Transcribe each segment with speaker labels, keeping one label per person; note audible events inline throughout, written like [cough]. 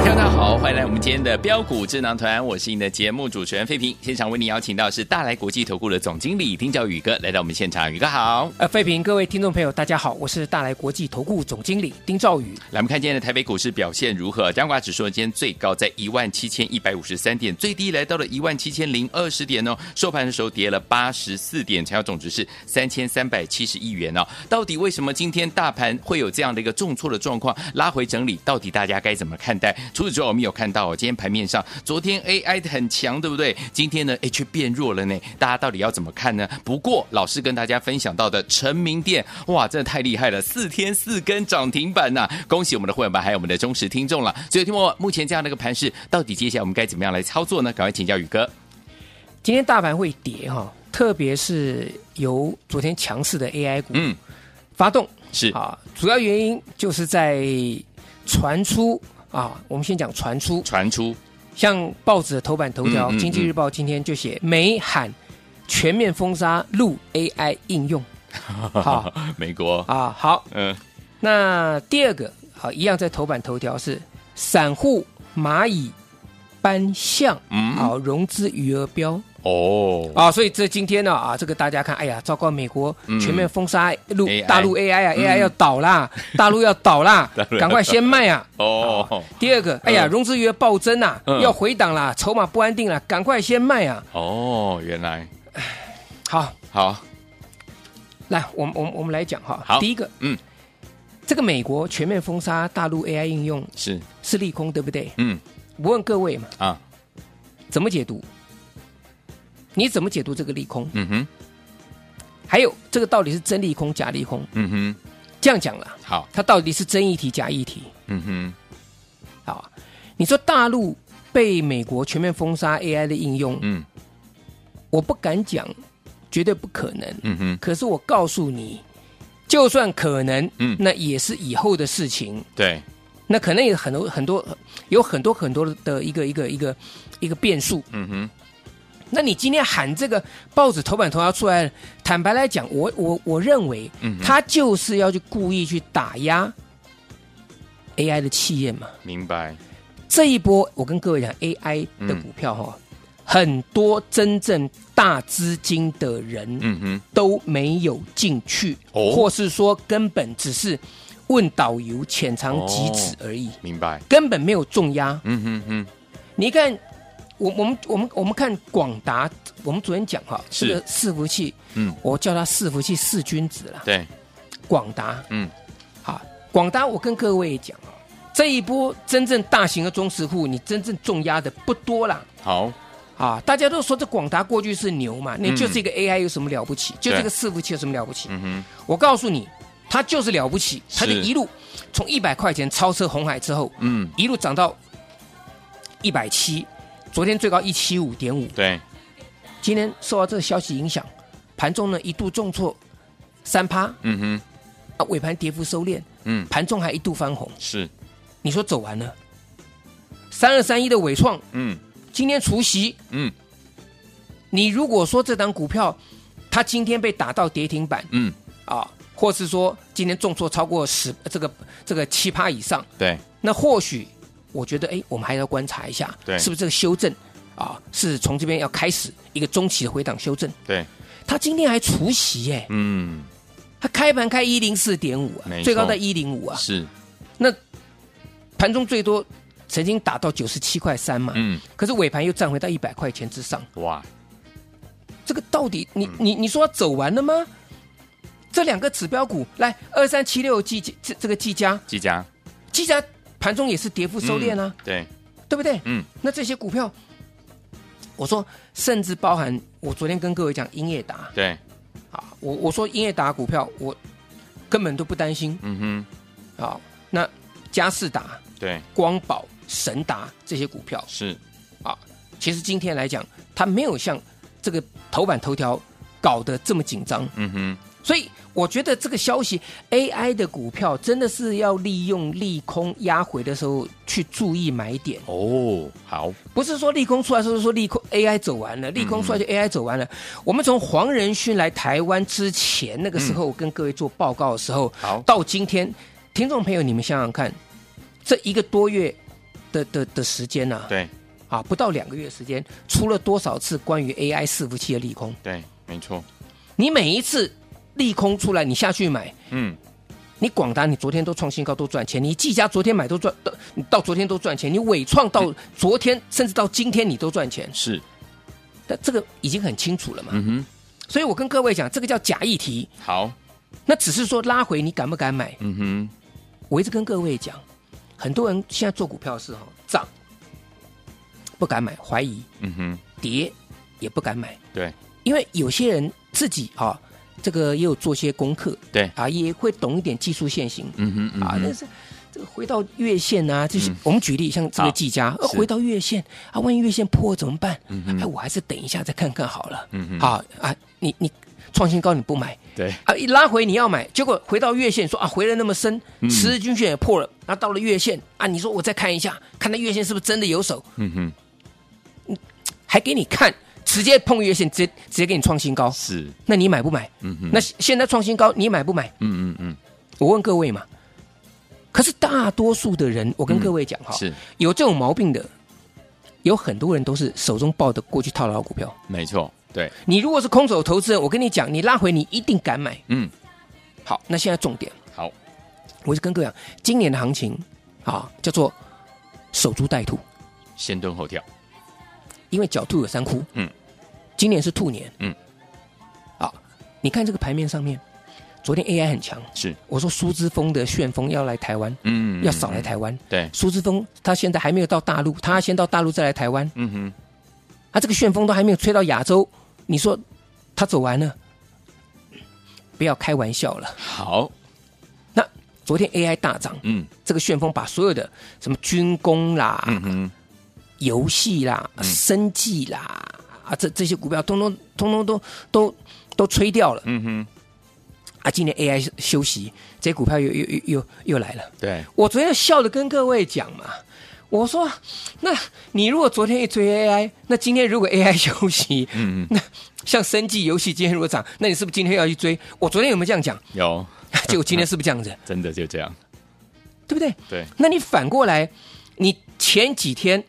Speaker 1: 听众大家好，欢迎来我们今天的标股智囊团，我是你的节目主持人费平。现场为你邀请到是大来国际投顾的总经理丁兆宇哥来到我们现场，宇哥好。
Speaker 2: 呃，废品各位听众朋友，大家好，我是大来国际投顾总经理丁兆宇。
Speaker 1: 来，我们看今天的台北股市表现如何？加权指数呢今天最高在一万七千一百五十三点，最低来到了一万七千零二十点哦。收盘的时候跌了八十四点，成交总值是三千三百七十亿元哦。到底为什么今天大盘会有这样的一个重挫的状况？拉回整理，到底大家该怎么看待？除此之外，我们有看到哦，今天盘面上，昨天 AI 的很强，对不对？今天呢，哎却变弱了呢。大家到底要怎么看呢？不过老师跟大家分享到的成名店，哇，真的太厉害了，四天四根涨停板呐、恭喜我们的会员们，还有我们的忠实听众了。所以，听我目前这样的一个盘势，到底接下来我们该怎么样来操作呢？赶快请教宇哥。
Speaker 2: 今天大盘会跌哈，特别是由昨天强势的 AI 股
Speaker 1: 嗯，
Speaker 2: 发动
Speaker 1: 是
Speaker 2: 啊，主要原因就是在传出啊，我们先讲传出，
Speaker 1: 传出
Speaker 2: 像报纸的头版头条，
Speaker 1: 嗯嗯嗯
Speaker 2: 经济日报》今天就写美喊全面封杀陆 AI 应用好
Speaker 1: [laughs] 美国，
Speaker 2: 啊。好，
Speaker 1: 嗯、
Speaker 2: 那第二个好，一样在头版头条是散户蚂蚁搬象，
Speaker 1: 嗯
Speaker 2: 好融资余额标
Speaker 1: 哦，
Speaker 2: 啊，所以这今天呢啊，这个大家看，哎呀，糟糕，美国
Speaker 1: 嗯
Speaker 2: 全面封杀哎陆
Speaker 1: AI
Speaker 2: 大陆 AI 啊
Speaker 1: 嗯
Speaker 2: ，AI 要倒 [laughs] 啦， [laughs] 大陆要倒啦
Speaker 1: 大陆，要
Speaker 2: 赶快先卖啊！
Speaker 1: 哦，
Speaker 2: 第二个，哎呀，
Speaker 1: 嗯
Speaker 2: 融资余额暴增啊
Speaker 1: 嗯，
Speaker 2: 要回档啦，筹码不安定啦，赶快先卖啊！
Speaker 1: 哦，原来
Speaker 2: 好，
Speaker 1: 好，
Speaker 2: 来，我们我们我们来讲哈，
Speaker 1: 好
Speaker 2: 第一个，
Speaker 1: 嗯，
Speaker 2: 这个美国全面封杀大陆 AI 应用
Speaker 1: 是，
Speaker 2: 是利空，对不对？
Speaker 1: 嗯
Speaker 2: 我问各位嘛，
Speaker 1: 啊，
Speaker 2: 怎么解读？你怎么解读这个利空？
Speaker 1: 嗯哼，
Speaker 2: 还有这个到底是真利空假利空？
Speaker 1: 嗯哼，
Speaker 2: 这样讲啦，
Speaker 1: 好，
Speaker 2: 它到底是真议题假议题
Speaker 1: 嗯哼，
Speaker 2: 啊？你说大陆被美国全面封杀 AI 的应用，
Speaker 1: 嗯
Speaker 2: 我不敢讲，绝对不可能。
Speaker 1: 嗯哼，
Speaker 2: 可是我告诉你，就算可能，
Speaker 1: 嗯
Speaker 2: 那也是以后的事情。
Speaker 1: 对，
Speaker 2: 那可能也很多很多，有很多很多的一个一个一个一个变数。
Speaker 1: 嗯哼。
Speaker 2: 那你今天喊这个报纸头版头条出来，坦白来讲，我我我认为
Speaker 1: 嗯哼，
Speaker 2: 他就是要去故意去打压 AI 的企业嘛。
Speaker 1: 明白，
Speaker 2: 这一波，我跟各位讲，AI
Speaker 1: 嗯
Speaker 2: 的股票哈、很多真正大资金的人
Speaker 1: 嗯哼，
Speaker 2: 都没有进去，
Speaker 1: 哦
Speaker 2: 或是说根本只是问导游浅尝即
Speaker 1: 哦
Speaker 2: 止而已，
Speaker 1: 明白，
Speaker 2: 根本没有重压。
Speaker 1: 嗯哼哼，
Speaker 2: 你看，我我们我们我们看广达，我们昨天讲哈，
Speaker 1: 是
Speaker 2: 这个伺服器，
Speaker 1: 嗯，
Speaker 2: 我叫它伺服器四君子啦。
Speaker 1: 对，
Speaker 2: 广达，
Speaker 1: 嗯，
Speaker 2: 好，广达，我跟各位讲啊，这一波真正大型的中实户，你真正重压的不多啦。
Speaker 1: 好，
Speaker 2: 啊，大家都说这广达过去是牛嘛，
Speaker 1: 嗯
Speaker 2: 你就是一个 AI 有什么了不起？就
Speaker 1: 对
Speaker 2: 这个伺服器有什么了不起？
Speaker 1: 嗯哼，
Speaker 2: 我告诉你，它就是了不起，它就是一路从一百块钱超车红海之后，
Speaker 1: 嗯，
Speaker 2: 一路涨到一百七，昨天最高一七五点五，
Speaker 1: 对，
Speaker 2: 今天受到这个消息影响，盘中呢一度重挫三趴，
Speaker 1: 嗯哼，
Speaker 2: 啊尾盘跌幅收敛，
Speaker 1: 嗯，
Speaker 2: 盘中还一度翻红，
Speaker 1: 是，
Speaker 2: 你说走完了？三二三一的伟创
Speaker 1: 嗯
Speaker 2: 今天除夕，
Speaker 1: 嗯
Speaker 2: 你如果说这档股票它今天被打到跌停板
Speaker 1: 嗯，
Speaker 2: 啊，或是说今天重挫超过十这个这个七趴以上，
Speaker 1: 对，
Speaker 2: 那或许我觉得，哎，我们还要观察一下，
Speaker 1: 对
Speaker 2: 是不是这个修正啊，是从这边要开始一个中期的回档修正。
Speaker 1: 对，
Speaker 2: 它今天还除息耶、
Speaker 1: 嗯，
Speaker 2: 它开盘开一零四点五啊
Speaker 1: 没，错
Speaker 2: 最高在一零五啊，
Speaker 1: 是，
Speaker 2: 那盘中最多曾经打到九十七块三嘛，
Speaker 1: 嗯，
Speaker 2: 可是尾盘又站回到一百块钱之上，
Speaker 1: 哇，
Speaker 2: 这个到底
Speaker 1: 嗯
Speaker 2: 你你你说走完了吗？这两个指标股，来二三七六季这这个季佳，
Speaker 1: 技嘉嗯
Speaker 2: 季佳盘中也是跌幅收敛啊，，
Speaker 1: 嗯对，
Speaker 2: 对不对？
Speaker 1: 嗯，
Speaker 2: 那这些股票我说甚至包含我昨天跟各位讲英业达
Speaker 1: 对，
Speaker 2: 啊，我我说英业达股票我根本都不担心
Speaker 1: 嗯
Speaker 2: 啊。那佳士达、
Speaker 1: 哼，对，
Speaker 2: 光宝、神达这些股票，
Speaker 1: 是，
Speaker 2: 其实今天来讲，它没有像这个头版头条搞得这么紧张，
Speaker 1: 嗯哼，
Speaker 2: 所以我觉得这个消息，AI 的股票真的是要利用利空压回的时候去注意买点，
Speaker 1: 哦，好，
Speaker 2: 不是说利空出来时候说利空 AI 走完了，利空出来就 AI 走完了。我们从黄仁勋来台湾之前那个时候，我跟各位做报告的时候，
Speaker 1: 好
Speaker 2: 到今天，听众朋友你们想想看，这一个多月的的的时间呐、啊，
Speaker 1: 对
Speaker 2: 啊，不到两个月时间，出了多少次关于 AI 伺服器的利空？
Speaker 1: 对，没错，
Speaker 2: 你每一次利空出来，你下去买，
Speaker 1: 嗯，
Speaker 2: 你广达你昨天都创新高，都赚钱；你技嘉昨天买都赚，到你到昨天都赚钱；你伟创到昨天、甚至到今天你都赚钱。
Speaker 1: 是，
Speaker 2: 但这个已经很清楚了嘛。
Speaker 1: 嗯
Speaker 2: 所以我跟各位讲，这个叫假议题。
Speaker 1: 哼，好，
Speaker 2: 那只是说拉回你敢不敢买？
Speaker 1: 嗯哼，
Speaker 2: 我一直跟各位讲，很多人现在做股票是哈涨不敢买，怀疑
Speaker 1: 嗯哼，
Speaker 2: 跌也不敢买。
Speaker 1: 对
Speaker 2: 因为有些人自己啊，这个也有做些功课，
Speaker 1: 对，
Speaker 2: 啊，也会懂一点技术线型
Speaker 1: 嗯哼，嗯
Speaker 2: 啊，
Speaker 1: 哼嗯
Speaker 2: 但是。这个回到月线啊，就是、我们举例，像这
Speaker 1: 好
Speaker 2: 个技嘉，呃
Speaker 1: 是嗯
Speaker 2: 回到月线啊，万一月线破怎么办？哎，我还是等一下再看看好了。
Speaker 1: 嗯哼
Speaker 2: 好啊，你你创新高你不买
Speaker 1: 对，
Speaker 2: 啊，一拉回你要买，结果回到月线说啊，回了那么深，
Speaker 1: 嗯
Speaker 2: 十日均线也破了，那、到了月线啊，你说我再看一下，看那月线是不是真的有手，
Speaker 1: 嗯哼，
Speaker 2: 还给你看，直接碰月线，直接直接给你创新高。
Speaker 1: 是，
Speaker 2: 那你买不买？
Speaker 1: 嗯哼，
Speaker 2: 那现在创新高，你买不买？
Speaker 1: 嗯嗯嗯，
Speaker 2: 我问各位嘛。可是大多数的人，我跟各位讲哈、
Speaker 1: 嗯是
Speaker 2: 有这种毛病的，有很多人都是手中抱的过去套牢股票。
Speaker 1: 没错，对，
Speaker 2: 你如果是空手投资人，我跟你讲，你拉回你一定敢买。
Speaker 1: 嗯，
Speaker 2: 好，那现在重点，
Speaker 1: 好，
Speaker 2: 我就跟各位讲，今年的行情啊，叫做守株待兔，
Speaker 1: 先蹲后跳，
Speaker 2: 因为狡兔有三窟。
Speaker 1: 嗯，
Speaker 2: 今年是兔年。
Speaker 1: 嗯，
Speaker 2: 好，你看这个盘面上面，昨天 AI 很强，
Speaker 1: 是，
Speaker 2: 我说苏之峰的旋风要来台湾，
Speaker 1: 嗯
Speaker 2: 要少来，台湾。
Speaker 1: 对，
Speaker 2: 苏之峰他现在还没有到大陆，他先到大陆再来台湾，
Speaker 1: 嗯哼，
Speaker 2: 他啊这个旋风都还没有吹到亚洲，你说他走完了？不要开玩笑了。
Speaker 1: 好，
Speaker 2: 那昨天 AI 大涨，
Speaker 1: 嗯
Speaker 2: 这个旋风把所有的什么军工啦、
Speaker 1: 嗯哼，
Speaker 2: 游戏啦、生计啦啊这这些股票，通通通通都都都吹掉了
Speaker 1: 嗯哼，
Speaker 2: 啊！今年 AI 休息，这些股票又又又又又来了。
Speaker 1: 对，
Speaker 2: 我昨天笑着跟各位讲嘛，我说，那你如果昨天一追 AI，那今天如果 [laughs] AI 休息，
Speaker 1: 嗯嗯，
Speaker 2: 那像生计游戏今天如果涨，那你是不是今天要去追？我昨天有没有这样讲？ [laughs]
Speaker 1: 有，
Speaker 2: 结果今天是不是这样子？
Speaker 1: 真的就这样，
Speaker 2: 对不对？
Speaker 1: 对，
Speaker 2: 那你反过来，你前几天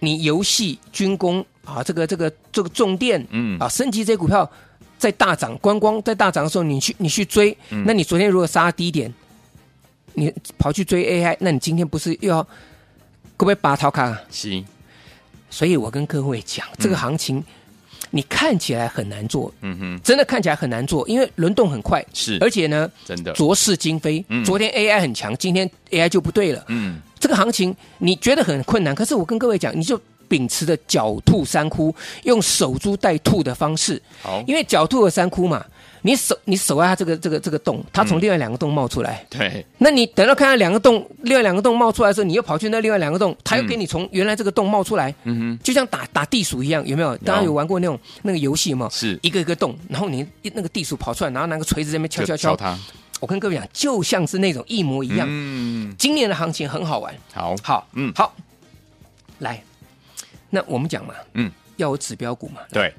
Speaker 2: 你游戏、军工啊，这个这个这个重电，
Speaker 1: 嗯
Speaker 2: 啊，升级这些股票在大涨，观光在大涨的时候，你去你去追，
Speaker 1: 嗯
Speaker 2: 那你昨天如果杀低点，你跑去追 AI，那你今天不是又要各位拔逃卡？
Speaker 1: 七，
Speaker 2: 所以我跟各位讲，这个行情、你看起来很难做，
Speaker 1: 嗯哼，
Speaker 2: 真的看起来很难做，因为轮动很快，
Speaker 1: 是，
Speaker 2: 而且呢，
Speaker 1: 真的，
Speaker 2: 浊世今非。
Speaker 1: 嗯
Speaker 2: 昨天 AI 很强，今天 AI 就不对了。
Speaker 1: 嗯，
Speaker 2: 这个行情你觉得很困难，可是我跟各位讲，你就秉持着狡兔三窟，用守株待兔的方式，
Speaker 1: 好，
Speaker 2: 因为狡兔有三窟嘛，你守你守在它这个这个这个洞，它
Speaker 1: 嗯
Speaker 2: 从另外两个洞冒出来。
Speaker 1: 对，
Speaker 2: 那你等到看到两个洞，另外两个洞冒出来的时候，你又跑去那另外两个洞，它又
Speaker 1: 嗯
Speaker 2: 给你从原来这个洞冒出来，
Speaker 1: 嗯
Speaker 2: 就像打打地鼠一样，有没有？大家有玩过那种那个游戏吗
Speaker 1: 哼，？是，
Speaker 2: 一个一个洞，然后你一那个地鼠跑出来，然后拿个锤子在那边敲
Speaker 1: 就
Speaker 2: 敲敲。
Speaker 1: 他，
Speaker 2: 我跟各位讲，就像是那种一模一样。
Speaker 1: 嗯，
Speaker 2: 今年的行情很好玩，
Speaker 1: 好，
Speaker 2: 好，
Speaker 1: 嗯
Speaker 2: 好，来，那我们讲嘛，
Speaker 1: 嗯，
Speaker 2: 要有指标股嘛。
Speaker 1: 对，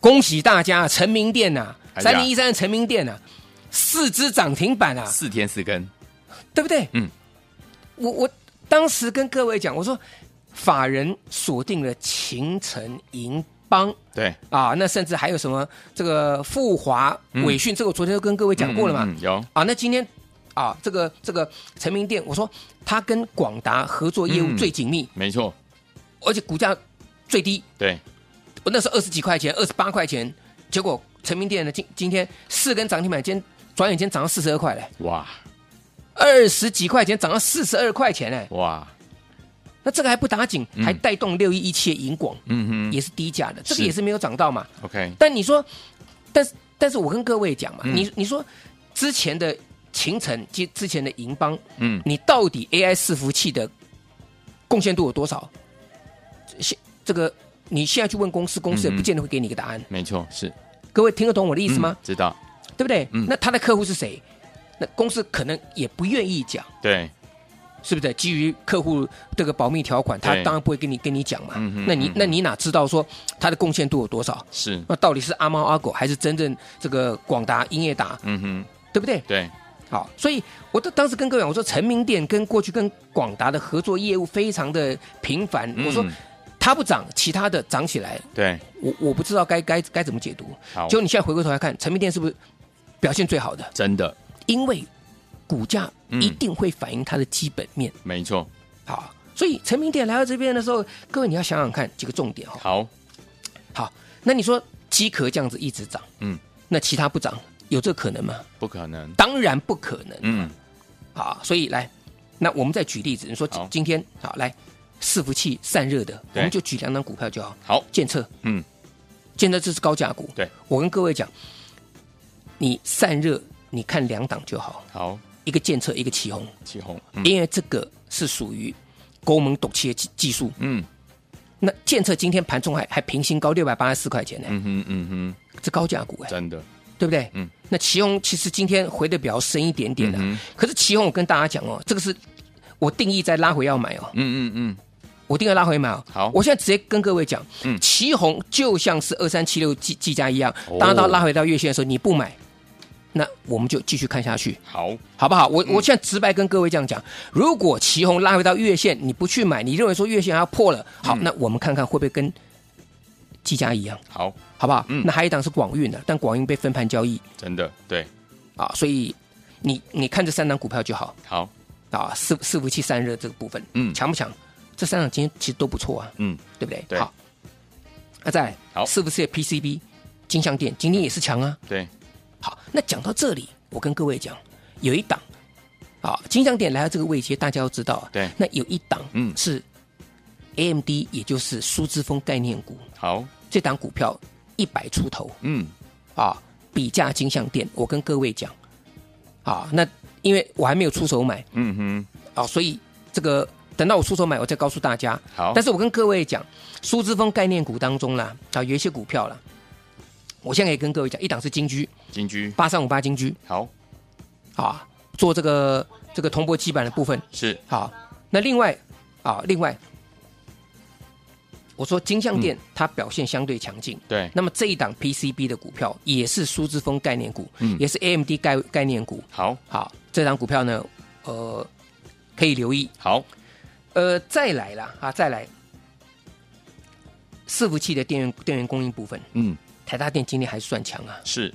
Speaker 2: 恭喜大家，成名店呐、
Speaker 1: 哎
Speaker 2: 三
Speaker 1: 呀
Speaker 2: 零一三的成名店呐、四只涨停板啊，
Speaker 1: 四天四更，
Speaker 2: 对不对？
Speaker 1: 嗯，
Speaker 2: 我我当时跟各位讲，我说法人锁定了秦城银邦。
Speaker 1: 对，
Speaker 2: 啊，那甚至还有什么这个富华、
Speaker 1: 嗯
Speaker 2: 伟讯，这个我昨天都跟各位讲过了嘛。
Speaker 1: 嗯嗯嗯有，
Speaker 2: 啊，那今天啊，这个这个成名店，我说它跟广达合作业务
Speaker 1: 嗯
Speaker 2: 最紧密，
Speaker 1: 没错，
Speaker 2: 而且股价最低，
Speaker 1: 对，
Speaker 2: 我那时候二十几块钱，二十八块钱，结果成名店呢今今天四根涨停板，今天转眼间涨到四十二块嘞，
Speaker 1: 哇
Speaker 2: 二十几块钱涨到四十二块钱嘞，
Speaker 1: 哇，
Speaker 2: 那这个还不打紧，还带动六一一七的银广，
Speaker 1: 嗯哼
Speaker 2: 也是低价的，这个
Speaker 1: 是
Speaker 2: 也是没有涨到嘛。
Speaker 1: ，OK，
Speaker 2: 但你说，但是但是我跟各位讲嘛，
Speaker 1: 嗯
Speaker 2: 你你说之前的秦城及之前的银邦，
Speaker 1: 嗯，
Speaker 2: 你到底 AI 伺服器的贡献度有多少？现这个你现在去问公司，公司也
Speaker 1: 嗯嗯
Speaker 2: 不见得会给你一个答案。
Speaker 1: 没错，是
Speaker 2: 各位听得懂我的意思吗？
Speaker 1: 嗯知道，
Speaker 2: 对不对？
Speaker 1: 嗯
Speaker 2: 那他的客户是谁？那公司可能也不愿意讲，
Speaker 1: 对，
Speaker 2: 是不是？基于客户这个保密条款，他
Speaker 1: 对
Speaker 2: 当然不会跟你跟你讲嘛。
Speaker 1: 嗯哼
Speaker 2: 那
Speaker 1: 嗯
Speaker 2: 你
Speaker 1: 哼
Speaker 2: 那你哪知道说他的贡献度有多少？
Speaker 1: 是，
Speaker 2: 那到底是阿猫阿狗，还是真正这个广达、英业达，
Speaker 1: 嗯哼，
Speaker 2: 对不对？
Speaker 1: 对，
Speaker 2: 好，所以我当当时跟各位讲，我说成名店跟过去跟广达的合作业务非常的频繁，我说
Speaker 1: 嗯
Speaker 2: 它不涨，其他的涨起来，
Speaker 1: 对，
Speaker 2: 我我不知道该该该怎么解读。
Speaker 1: 好，
Speaker 2: 结果你现在回过头来看，成名店是不是表现最好的？
Speaker 1: 真的，
Speaker 2: 因为股价
Speaker 1: 嗯
Speaker 2: 一定会反映它的基本面。
Speaker 1: 没错，
Speaker 2: 好，所以成名店来到这边的时候，各位你要想想看几个重点哦。
Speaker 1: 好，
Speaker 2: 好，那你说机壳这样子一直涨，
Speaker 1: 嗯，
Speaker 2: 那其他不涨，有这可能吗？
Speaker 1: 不可能，
Speaker 2: 当然不可能。
Speaker 1: 嗯，
Speaker 2: 好，所以来，那我们再举例子，你说
Speaker 1: 好
Speaker 2: 今天好来，伺服器散热的，我
Speaker 1: 对
Speaker 2: 们就举两档股票就好。
Speaker 1: 好，
Speaker 2: 建测，
Speaker 1: 嗯，
Speaker 2: 建测这是高价股。
Speaker 1: 对，
Speaker 2: 我跟各位讲，你散热，你看两档就好，
Speaker 1: 好，
Speaker 2: 一个建测，一个旗红，
Speaker 1: 起红，嗯
Speaker 2: 因为这个是属于勾盟陡切技技术。
Speaker 1: 嗯
Speaker 2: 那建测今天盘中还还平新高六百八十四块钱呢、
Speaker 1: 嗯哼嗯
Speaker 2: 这高价股哎、
Speaker 1: 哼，真的，
Speaker 2: 对不对？
Speaker 1: 嗯。
Speaker 2: 那旗宏其实今天回的比较深一点点的、
Speaker 1: 嗯哼
Speaker 2: 可是旗宏我跟大家讲哦，这个是我定义在拉回要买哦，
Speaker 1: 嗯嗯嗯，
Speaker 2: 我定义拉回买哦。
Speaker 1: 好
Speaker 2: 我现在直接跟各位讲，
Speaker 1: 嗯
Speaker 2: 旗宏就像是二三七六技技嘉一样
Speaker 1: 哦，
Speaker 2: 当到拉回到月线的时候你不买，那我们就继续看下去。
Speaker 1: 好，
Speaker 2: 好不好？我
Speaker 1: 嗯
Speaker 2: 我现在直白跟各位这样讲，如果旗红拉回到月线，你不去买，你认为说月线还要破了，好，
Speaker 1: 嗯
Speaker 2: 那我们看看会不会跟技嘉一样，
Speaker 1: 好，
Speaker 2: 好不好？
Speaker 1: 嗯
Speaker 2: 那还有一档是广运的，但广运被分盘交易
Speaker 1: 真的，对，
Speaker 2: 啊，所以你你看这三档股票就好
Speaker 1: 好，
Speaker 2: 啊，四四服器散热这个部分，
Speaker 1: 嗯
Speaker 2: 强不强？这三档今天其实都不错啊，
Speaker 1: 嗯，
Speaker 2: 对不对？
Speaker 1: 对
Speaker 2: 好，那再来
Speaker 1: 好
Speaker 2: 四服器的 PCB 金像店今天也是强啊，
Speaker 1: 对，
Speaker 2: 好，那讲到这里，我跟各位讲，有一档，啊，金像点来到这个位阶，大家要知道啊，
Speaker 1: 对
Speaker 2: 那有一档，
Speaker 1: 嗯
Speaker 2: 是 AMD，也就是苏之峰概念股，
Speaker 1: 好，
Speaker 2: 这档股票一百出头
Speaker 1: 嗯，
Speaker 2: 啊，比价金像店，我跟各位讲，啊，那因为我还没有出手买
Speaker 1: 嗯哼，
Speaker 2: 啊，所以这个等到我出手买，我再告诉大家。
Speaker 1: 好，
Speaker 2: 但
Speaker 1: 是，
Speaker 2: 是我跟各位讲，苏之峰概念股当中啦，啊，有一些股票啦，我现在可以跟各位讲，一档是金居
Speaker 1: 金居，
Speaker 2: 八三五八金居。
Speaker 1: 好，
Speaker 2: 啊，做这个这个铜箔基板的部分。
Speaker 1: 是，
Speaker 2: 好，那另外啊，另外我说金像店它表现相对强劲，
Speaker 1: 对，
Speaker 2: 那么这一档 PCB 的股票也是苏之峰概念股，
Speaker 1: 嗯
Speaker 2: 也是 AMD 概概念股。
Speaker 1: 好，
Speaker 2: 好，这档股票呢，呃，可以留意。
Speaker 1: 好，
Speaker 2: 呃，再来啦啊，再来。伺服器的电源电源供应部分，
Speaker 1: 嗯，
Speaker 2: 台达电今天还是算强啊。
Speaker 1: 是，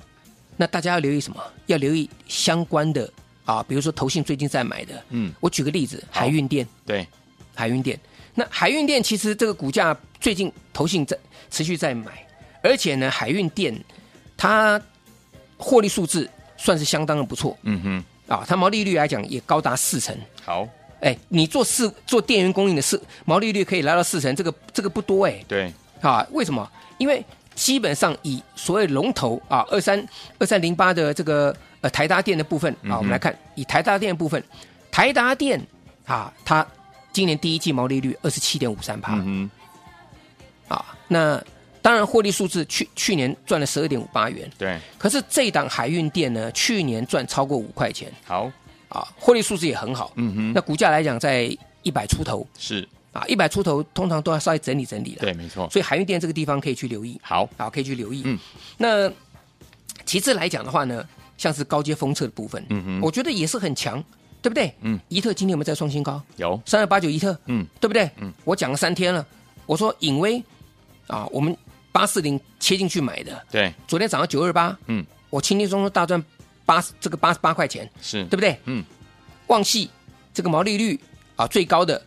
Speaker 2: 那大家要留意什么？要留意相关的啊，比如说投信最近在买的，
Speaker 1: 嗯，
Speaker 2: 我举个例子，
Speaker 1: 好
Speaker 2: 海运店，
Speaker 1: 对，
Speaker 2: 海运店。那海运店其实这个股价最近投信在持续在买，而且呢，海运店它获利数字算是相当的不错
Speaker 1: 嗯哼，
Speaker 2: 啊，它毛利率来讲也高达四成。
Speaker 1: 好，
Speaker 2: 哎，你做四做电源供应的四毛利率可以来到四成，这个这个不多哎
Speaker 1: 对，
Speaker 2: 啊？为什么？因为基本上以所谓龙头啊二三二三零八的这个呃台达电的部分
Speaker 1: 嗯哼
Speaker 2: 啊，我们来看以台达电的部分，台达电啊，它今年第一季毛利率二十七点五三帕
Speaker 1: 嗯哼，
Speaker 2: 啊，那当然获利数字去去年赚了十二点五八元，
Speaker 1: 对，
Speaker 2: 可是这档海运电呢，去年赚超过五块钱
Speaker 1: 好，
Speaker 2: 啊，获利数字也很好，
Speaker 1: 嗯哼，
Speaker 2: 那股价来讲在一百出头
Speaker 1: 是，
Speaker 2: 啊，一百出头通常都要稍微整理整理了，
Speaker 1: 对，没错，
Speaker 2: 所以海运电这个地方可以去留意。
Speaker 1: 好，
Speaker 2: 啊，可以去留意。
Speaker 1: 嗯，
Speaker 2: 那其次来讲的话呢，像是高阶封测的部分，
Speaker 1: 嗯哼
Speaker 2: 我觉得也是很强，对不对？
Speaker 1: 嗯，
Speaker 2: 怡特今天有没有在创新高？
Speaker 1: 有，
Speaker 2: 三二八九怡特，
Speaker 1: 嗯，
Speaker 2: 对不对？
Speaker 1: 嗯，
Speaker 2: 我讲了三天了，我说影威啊，我们八四零切进去买的，
Speaker 1: 对，
Speaker 2: 昨天涨到九二八，
Speaker 1: 嗯，
Speaker 2: 我轻轻松松大赚八这个八十八块钱，
Speaker 1: 是，
Speaker 2: 对不对？
Speaker 1: 嗯，
Speaker 2: 旺系这个毛利率啊最高的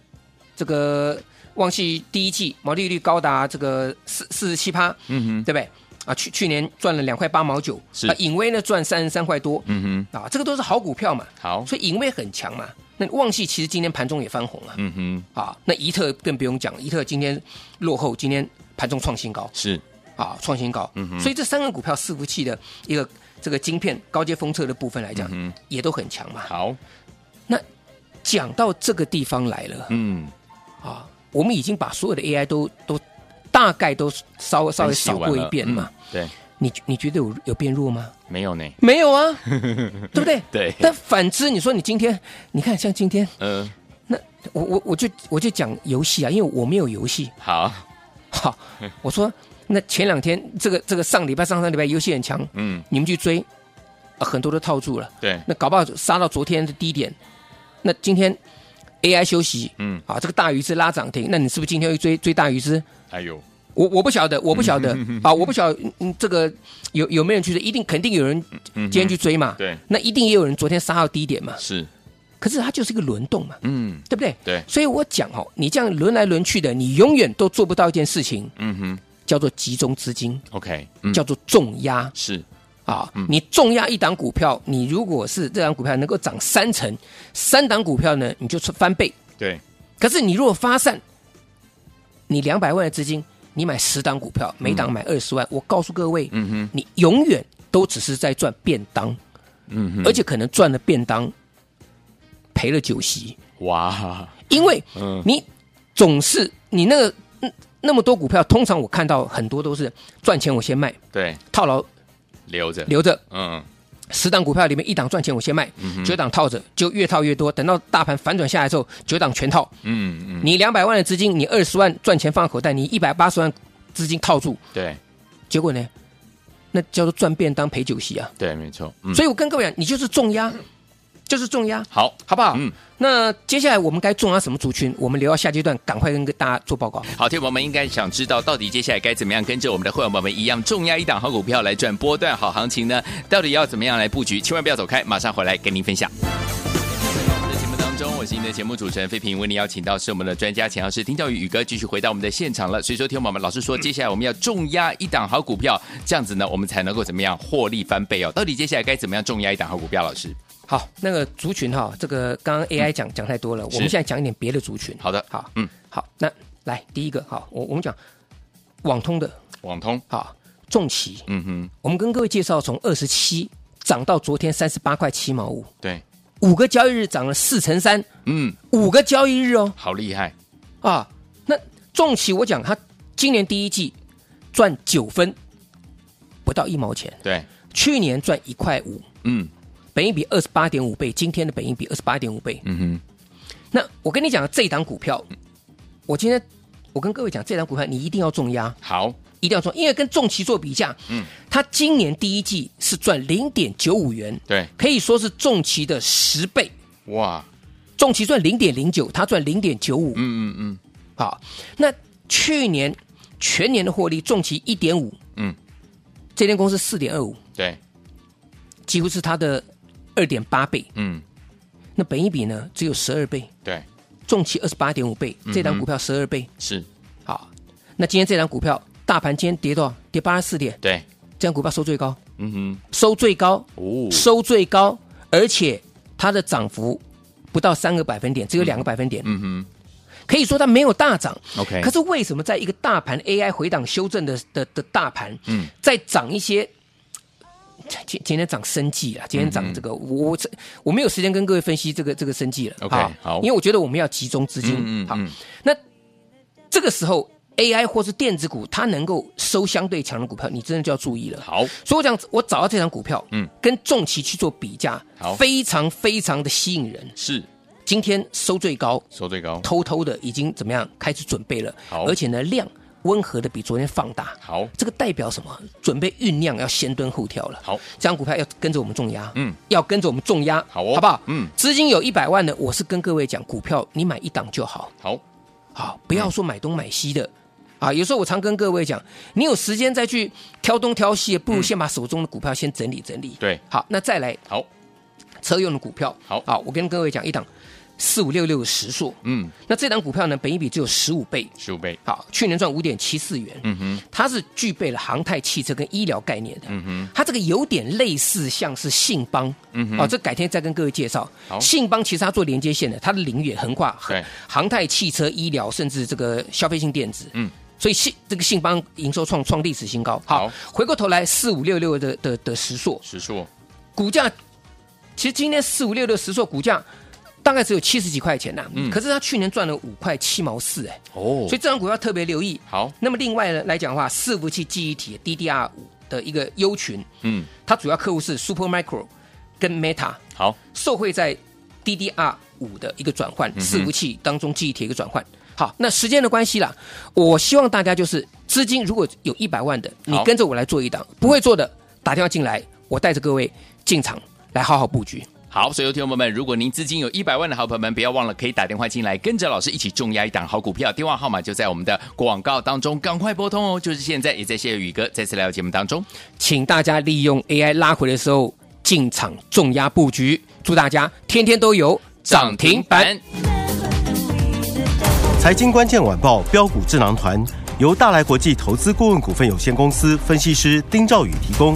Speaker 2: 这个旺系第一季毛利率高达这个四四十七趴，
Speaker 1: 嗯哼，
Speaker 2: 对不对？啊，去去年赚了两块八毛九，
Speaker 1: 是
Speaker 2: 啊，影威呢赚三十三块多，
Speaker 1: 嗯
Speaker 2: 啊，这个都是好股票嘛，
Speaker 1: 哼，好，
Speaker 2: 所以影威很强嘛。那旺系其实今天盘中也翻红了、
Speaker 1: 嗯哼，
Speaker 2: 啊，那怡特更不用讲，怡特今天落后，今天盘中创新高
Speaker 1: 是
Speaker 2: 啊，创新高。
Speaker 1: 嗯哼
Speaker 2: 所以这三个股票伺服器的一个这个晶片高阶封测的部分来讲，
Speaker 1: 嗯
Speaker 2: 也都很强嘛。
Speaker 1: 好，
Speaker 2: 讲到这个地方来了
Speaker 1: 嗯，
Speaker 2: 啊，我们已经把所有的 AI 都都大概都稍稍微
Speaker 1: 分析
Speaker 2: 扫
Speaker 1: 完
Speaker 2: 过一
Speaker 1: 了
Speaker 2: 遍嘛。，
Speaker 1: 嗯对，
Speaker 2: 你你觉得有有变弱吗？
Speaker 1: 没有呢，
Speaker 2: 没有啊，对不对？
Speaker 1: 对
Speaker 2: 但反之，你说你今天，你看像今天，
Speaker 1: 呃，
Speaker 2: 那我我我就我就讲游戏啊，因为我没有游戏。
Speaker 1: 好，
Speaker 2: 好，我说那前两天这个这个上礼拜上上礼拜游戏很强，
Speaker 1: 嗯，
Speaker 2: 你们去追，啊、很多都套住了。
Speaker 1: 对，
Speaker 2: 那搞不好杀到昨天的低点，那今天 AI 休息，
Speaker 1: 嗯，
Speaker 2: 啊，这个大鱼是拉涨停，那你是不是今天又追追大鱼是？
Speaker 1: 哎呦，
Speaker 2: 我我不晓得，我不晓
Speaker 1: 嗯
Speaker 2: 得啊，我不晓得、嗯、这个有有没有人去追，一定肯定有人
Speaker 1: 嗯哼
Speaker 2: 今天去追嘛，
Speaker 1: 对
Speaker 2: 那一定也有人昨天杀到低点嘛，
Speaker 1: 是，
Speaker 2: 可是它就是一个轮动嘛，
Speaker 1: 嗯，
Speaker 2: 对不对？
Speaker 1: 对，
Speaker 2: 所以我讲哦，你这样轮来轮去的，你永远都做不到一件事情，
Speaker 1: 嗯哼
Speaker 2: 叫做集中资金，
Speaker 1: ，OK，嗯，
Speaker 2: 叫做重压
Speaker 1: 是，
Speaker 2: 啊。你重压一档股票，你如果是这档股票能够涨三成，三档股票呢，你就翻倍。
Speaker 1: 对，
Speaker 2: 可是你如果发散，你两百万的资金，你买十档股票，每档买二十万，我告诉各位，
Speaker 1: 嗯哼，
Speaker 2: 你永远都只是在赚便当，
Speaker 1: 嗯哼，
Speaker 2: 而且可能赚了便当，赔了酒席。
Speaker 1: 哇，
Speaker 2: 因为
Speaker 1: 嗯
Speaker 2: 你总是你那个嗯那么多股票，通常我看到很多都是赚钱我先卖，
Speaker 1: 对，
Speaker 2: 套牢
Speaker 1: 留着，
Speaker 2: 留着，
Speaker 1: 嗯，
Speaker 2: 十档股票里面一档赚钱我先卖，
Speaker 1: 嗯哼
Speaker 2: 九档套着，就越套越多，等到大盘反转下来之后，九档全套。
Speaker 1: 嗯嗯，
Speaker 2: 你两百万的资金，你二十万赚钱放口袋，你一百八十万资金套住，
Speaker 1: 对
Speaker 2: 结果呢？那叫做赚便当赔酒席啊！
Speaker 1: 对，没错，嗯，
Speaker 2: 所以我跟各位讲，你就是重压，就是重压，
Speaker 1: 好，
Speaker 2: 好不好？
Speaker 1: 嗯。
Speaker 2: 那接下来我们该重压什么族群？我们留到下阶段，赶快跟大家做报告。
Speaker 1: 好，听众朋友们应该想知道，到底接下来该怎么样跟着我们的会员朋友们一样重压一档好股票来赚波段好行情呢？到底要怎么样来布局？千万不要走开，马上回来跟您分享。在节目当中，我是您的节目主持人费平，为您邀请到是我们的专家钱老师丁兆宇宇哥，继续回到我们的现场了。所以说，听我们老师说，接下来我们要重压一档好股票，这样子呢，我们才能够怎么样获利翻倍哦？到底接下来该怎么样重压一档好股票？老师，
Speaker 2: 好，那个族群哈，这个刚刚 AI 讲讲太多了，我们
Speaker 1: 嗯是
Speaker 2: 现在讲一点别的族群。
Speaker 1: 好的
Speaker 2: 好，
Speaker 1: 嗯
Speaker 2: 嗯，好，那来第一个，好，我我们讲网通的，
Speaker 1: 网通，
Speaker 2: 好，重旗，
Speaker 1: 嗯哼，
Speaker 2: 我们跟各位介绍，从二十七涨到昨天三十八块七毛五，
Speaker 1: 对，
Speaker 2: 五个交易日涨了四成三，
Speaker 1: 嗯，
Speaker 2: 五个交易日哦，
Speaker 1: 好厉害，
Speaker 2: 啊，那重旗我讲它今年第一季赚九分，不到一毛钱，
Speaker 1: 对，
Speaker 2: 去年赚一块五，
Speaker 1: 嗯
Speaker 2: 本益比二十八点五倍，今天的本益比二十八点五倍，
Speaker 1: 嗯哼，
Speaker 2: 那我跟你讲，这档股票，我今天我跟各位讲，这档股票你一定要重压，
Speaker 1: 好，
Speaker 2: 一定要重，因为跟重旗做比价，嗯，它今年第一季是赚零点九五元，
Speaker 1: 对，
Speaker 2: 可以说是重旗的十倍。
Speaker 1: 哇，
Speaker 2: 重旗赚零点零九，它赚零点九五，
Speaker 1: 嗯嗯嗯。
Speaker 2: 好，啊那去年全年的获利，重旗一点五，
Speaker 1: 嗯，
Speaker 2: 这间公司四点二五，
Speaker 1: 对，
Speaker 2: 几乎是它的二点八倍。
Speaker 1: 嗯，
Speaker 2: 那本一比呢，只有十二倍，
Speaker 1: 对，
Speaker 2: 重旗二十八点五倍，
Speaker 1: 嗯
Speaker 2: 这档股票十二倍，
Speaker 1: 是，
Speaker 2: 好，那今天这档股票，大盘今天跌多少？跌八十四点，
Speaker 1: 对，
Speaker 2: 这档股票收最高，
Speaker 1: 嗯
Speaker 2: 收最高，
Speaker 1: 哼，哦，
Speaker 2: 收最高，而且它的涨幅不到三个百分点，只有两个百分点，
Speaker 1: 嗯哦
Speaker 2: 可以说它没有大涨。
Speaker 1: 哼，OK，
Speaker 2: 可是为什么在一个大盘 AI 回档修正的的的大盘，
Speaker 1: 嗯，
Speaker 2: 在涨一些？今今天涨生计了，今天涨这个，我我这我没有时间跟各位分析这个这个生计了。
Speaker 1: 嗯 OK，好
Speaker 2: 因为我觉得我们要集中资金。
Speaker 1: 嗯嗯
Speaker 2: 好
Speaker 1: 嗯，
Speaker 2: 那这个时候 AI 或是电子股，它能够收相对强的股票，你真的就要注意了。
Speaker 1: 好，
Speaker 2: 所以我讲，我找到这张股票，
Speaker 1: 嗯
Speaker 2: 嗯，跟重旗去做比价
Speaker 1: 好，
Speaker 2: 非常非常的吸引人。
Speaker 1: 是
Speaker 2: 今天收最高，
Speaker 1: 收最高，
Speaker 2: 偷偷的已经怎么样开始准备了
Speaker 1: 好，
Speaker 2: 而且呢量温和的比昨天放大，
Speaker 1: 好，
Speaker 2: 这个代表什么？准备酝酿要先蹲后跳了。
Speaker 1: 好
Speaker 2: 这张股票要跟着我们重压，
Speaker 1: 嗯
Speaker 2: 嗯，要跟着我们重压，
Speaker 1: 好哦
Speaker 2: 好不好？
Speaker 1: 嗯
Speaker 2: 嗯，资金有一百万的，我是跟各位讲，股票你买一档就好，
Speaker 1: 好，
Speaker 2: 好，不要说买东买西的。
Speaker 1: 嗯
Speaker 2: 啊，有时候我常跟各位讲，你有时间再去挑东挑西，不如先把手中的股票先整理整理。
Speaker 1: 对，
Speaker 2: 好，那再来
Speaker 1: 好，
Speaker 2: 车用的股票。
Speaker 1: 好
Speaker 2: 好，我跟各位讲一档四五六六的石硕，
Speaker 1: 嗯，
Speaker 2: 那这档股票呢，本益比只有十五倍，
Speaker 1: 十五倍，
Speaker 2: 好，去年赚五点七四元，
Speaker 1: 嗯哼，
Speaker 2: 它是具备了航太、汽车跟医疗概念的，
Speaker 1: 嗯哼，
Speaker 2: 它这个有点类似像是信邦，
Speaker 1: 嗯哼
Speaker 2: 哦，这改天再跟各位介绍
Speaker 1: 好。
Speaker 2: 信邦其实它做连接线的，它的领域也横跨
Speaker 1: 对
Speaker 2: 航太、汽车、医疗，甚至这个消费性电子，
Speaker 1: 嗯。
Speaker 2: 所以信这个信邦营收创创历史新高，
Speaker 1: 好
Speaker 2: 回过头来四五六六的的的石硕，
Speaker 1: 石硕，
Speaker 2: 股价其实今天四五六六十硕股价大概只有七十几块钱呐、
Speaker 1: 嗯
Speaker 2: 可是它去年赚了五块七毛四哎，
Speaker 1: 哦
Speaker 2: 所以这张股票特别留意。
Speaker 1: 好，
Speaker 2: 那么另外呢来讲的话，伺服器记忆体 DDR 五的一个优群，
Speaker 1: 嗯，
Speaker 2: 它主要客户是 Supermicro 跟 Meta，
Speaker 1: 好，
Speaker 2: 受惠在 DDR 五的一个转换，
Speaker 1: 嗯哼
Speaker 2: 伺服器当中记忆体的一个转换。好，那时间的关系啦，我希望大家就是资金如果有一百万的，你
Speaker 1: 好
Speaker 2: 跟着我来做一档；不会做的，打电话进来，我带着各位进场来好好布局。
Speaker 1: 好，所以有听众朋友们，如果您资金有一百万的好朋友们，不要忘了可以打电话进来，跟着老师一起重压一档好股票，电话号码就在我们的广告当中，赶快拨通哦！就是现在，也在谢谢宇哥再次来到节目当中。
Speaker 2: 请大家利用 AI 拉回的时候进场重压布局，祝大家天天都有涨停板。。
Speaker 3: 财经关键晚报标股智囊团由大来国际投资顾问股份有限公司分析师丁兆宇提供。